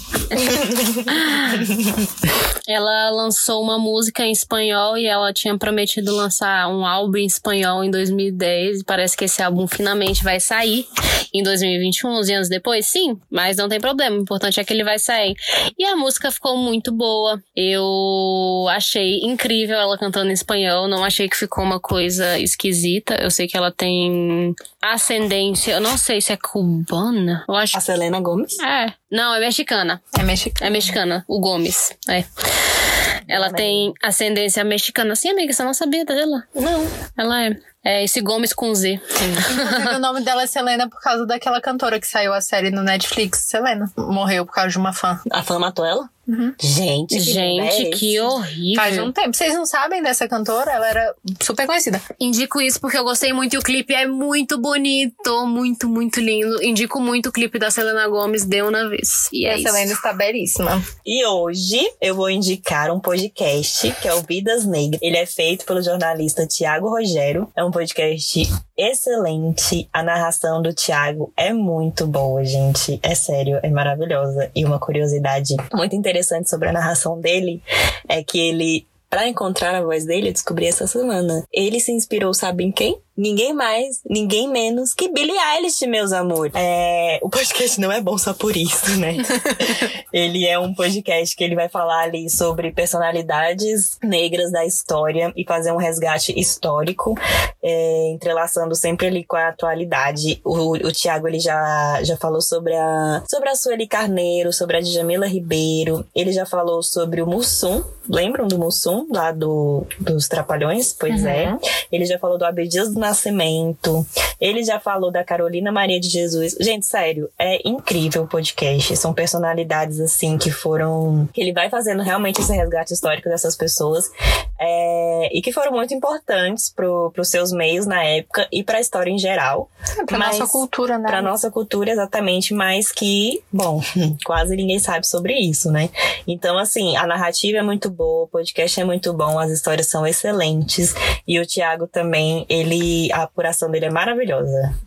Ela lançou uma música em espanhol e ela tinha prometido lançar um álbum em espanhol em 2010. Parece que esse álbum finalmente vai sair em 2021, 11 anos um, depois, sim, mas não tem problema. O importante é que ele vai sair. E a música ficou muito boa. Eu achei incrível ela cantando em espanhol. Não achei que ficou uma coisa esquisita. Eu sei que ela tem ascendência. Eu não sei se é cubana. Eu acho A que. Selena Gomes. É. Não, é mexicana. É mexicano. É mexicana, o Gomes. É. Ela tem ascendência mexicana. Sim, amiga, você não sabia dela. Não. Ela é. É esse Gomes com Z. Inclusive, o nome dela é Selena por causa daquela cantora que saiu a série no Netflix. Selena. Morreu por causa de uma fã. A fã matou ela? Gente, que Uhum. é Gente, merece. que horrível. Faz um tempo. Vocês não sabem dessa cantora? Ela era super conhecida. Indico isso porque eu gostei muito e o clipe é muito bonito. Muito, muito lindo. Indico muito o clipe da Selena Gomes, Deu na Vez. E E é a Selena isso. está belíssima. E hoje eu vou indicar um podcast que é o Vidas Negras. Ele é feito pelo jornalista Tiago Rogério. É um podcast excelente. A narração do Tiago é muito boa, gente. É sério, é maravilhosa. E uma curiosidade muito interessante sobre a narração dele é que ele. Pra encontrar a voz dele, eu descobri essa semana. Ele se inspirou, sabe em quem? Ninguém mais, ninguém menos que Billie Eilish, meus amores. É, o podcast não é bom só por isso, né? Ele é um podcast que ele vai falar ali sobre personalidades negras da história e fazer um resgate histórico, é, entrelaçando sempre ali com a atualidade. O, o Tiago ele já, já falou sobre a, sobre a Sueli Carneiro, sobre a Djamila Ribeiro, ele já falou sobre o Mussum, lembram do Mussum, lá do, dos Trapalhões? Pois é. Ele já falou do Abdias do Nascimento, ele já falou da Carolina Maria de Jesus. Gente, sério, é incrível o podcast. São personalidades assim que foram. que ele vai fazendo realmente esse resgate histórico dessas pessoas é, e que foram muito importantes pro, pros seus meios na época e pra história em geral. É pra Mas nossa cultura, né? Pra nossa cultura, exatamente, mas que, bom, quase ninguém sabe sobre isso, né? Então, assim, a narrativa é muito boa, o podcast é muito bom, as histórias são excelentes. E o Thiago também, ele, a apuração dele é maravilhosa.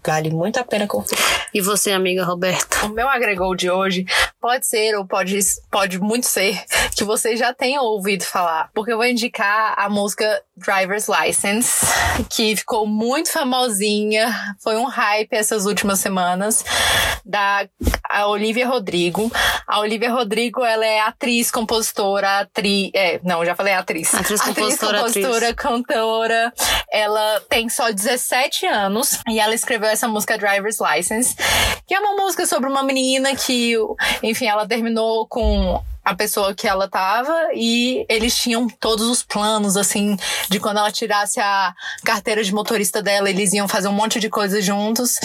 Vale muito a pena conferir. E você, amiga Roberta? O meu agregou de hoje pode ser, ou pode, pode muito ser, que vocês já tenham ouvido falar. Porque eu vou indicar a música Driver's License, que ficou muito famosinha, foi um hype essas últimas semanas, da a Olivia Rodrigo. A Olivia Rodrigo, ela é atriz, compositora, atriz. É, não, já falei atriz. Atriz, compositora, atriz. compositora, cantora. Ela tem só 17 anos e ela escreveu essa música Driver's License, que é uma música sobre uma menina que, enfim, ela terminou com a pessoa que ela tava e eles tinham todos os planos, assim, de quando ela tirasse a carteira de motorista dela, eles iam fazer um monte de coisa juntos.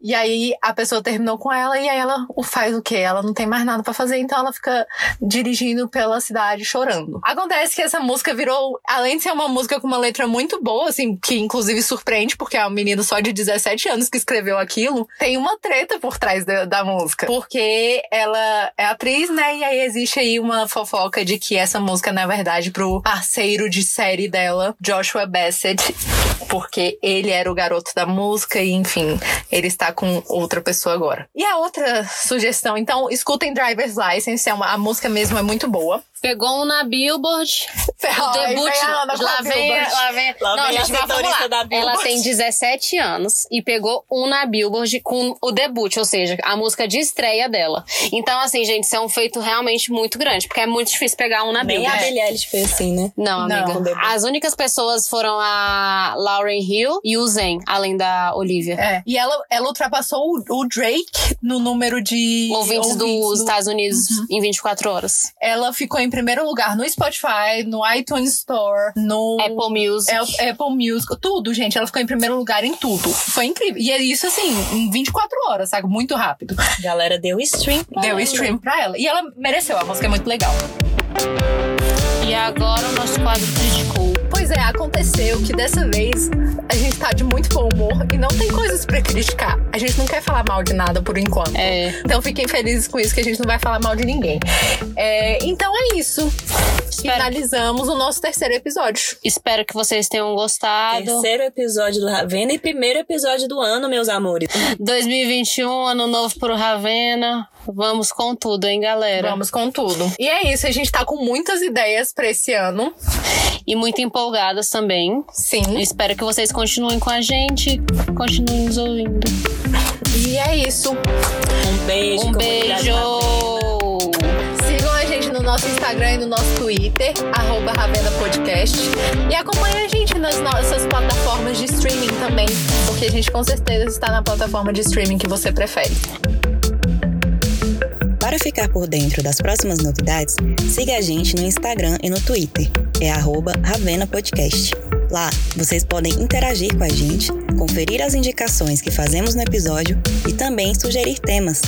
E aí a pessoa terminou com ela e aí ela o faz o quê? Ela não tem mais nada para fazer, então ela fica dirigindo pela cidade chorando. Acontece que essa música virou, além de ser uma música com uma letra muito boa, assim, que inclusive surpreende, porque é um menino só de 17 anos que escreveu aquilo, tem uma treta por trás da, da música. Porque ela é atriz, né? E aí existe aí uma fofoca de que essa música, na verdade, pro parceiro de série dela, Joshua Bassett, porque ele era o garoto da música e, enfim, ele está com outra pessoa agora. E a outra sugestão, então, escutem Driver's License, é uma, a música mesmo é muito boa. Pegou um na Billboard. Ferrou, o aí debut. vem a Ana com lá, a vem, Billboard. lá vem. Lá Não, vem a gente, mas vamos setorista lá. da Billboard. Ela tem 17 anos e pegou um na Billboard com o debut, ou seja, a música de estreia dela. Então, assim, gente, isso é um feito realmente muito grande, porque é muito difícil pegar um na Nem a Billboard. Billie Eilish foi assim, né? Não, Não, amiga. com debut. As únicas pessoas foram a Lauren Hill e o Zen, além da Olivia. É. E ela, ela ultrapassou o, o Drake no número de Ouvintes, dos Estados Unidos em 24 horas. Ela ficou em primeiro lugar no Spotify, no iTunes Store, no Apple Music. É- Apple Music, tudo, gente. Ela ficou em primeiro lugar em tudo. Foi incrível. E é isso, assim, em 24 horas, sabe? Muito rápido. Galera, deu stream. pra Deu ela. stream pra ela. E ela mereceu, a música é muito legal. E agora o nosso quadro criticou. Pois é, aconteceu que dessa vez a gente tá de muito bom humor e não tem coisas pra criticar. A gente não quer falar mal de nada por enquanto. É. Então fiquem felizes com isso, que a gente não vai falar mal de ninguém. É, então é isso. Finalizamos o nosso terceiro episódio. Espero que vocês tenham gostado. Terceiro episódio do Ravena e primeiro episódio do ano, meus amores. 2021, ano novo pro Ravena. Vamos com tudo, hein, galera? Vamos com tudo. E é isso, a gente tá com muitas ideias pra esse ano. E muito empolgadas também. Sim. Espero que vocês continuem com a gente, continuem nos ouvindo. E é isso. Um beijo. Um comunidade beijo! Sigam a gente no nosso Instagram e no nosso Twitter, arroba Ravena Podcast. E acompanhem a gente nas nossas plataformas de streaming também, porque a gente com certeza está na plataforma de streaming que você prefere. Para ficar por dentro das próximas novidades, siga a gente no Instagram e no Twitter. É arroba Ravena Podcast. Lá, vocês podem interagir com a gente, conferir as indicações que fazemos no episódio e também sugerir temas.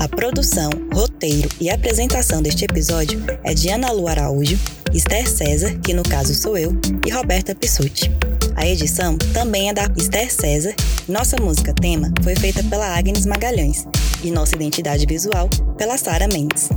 A produção, roteiro e apresentação deste episódio é de Ana Lu Araújo, Esther César, que no caso sou eu, e Roberta Pissuti. A edição também é da Esther César. Nossa música tema foi feita pela Agnes Magalhães e nossa identidade visual pela Sara Mendes.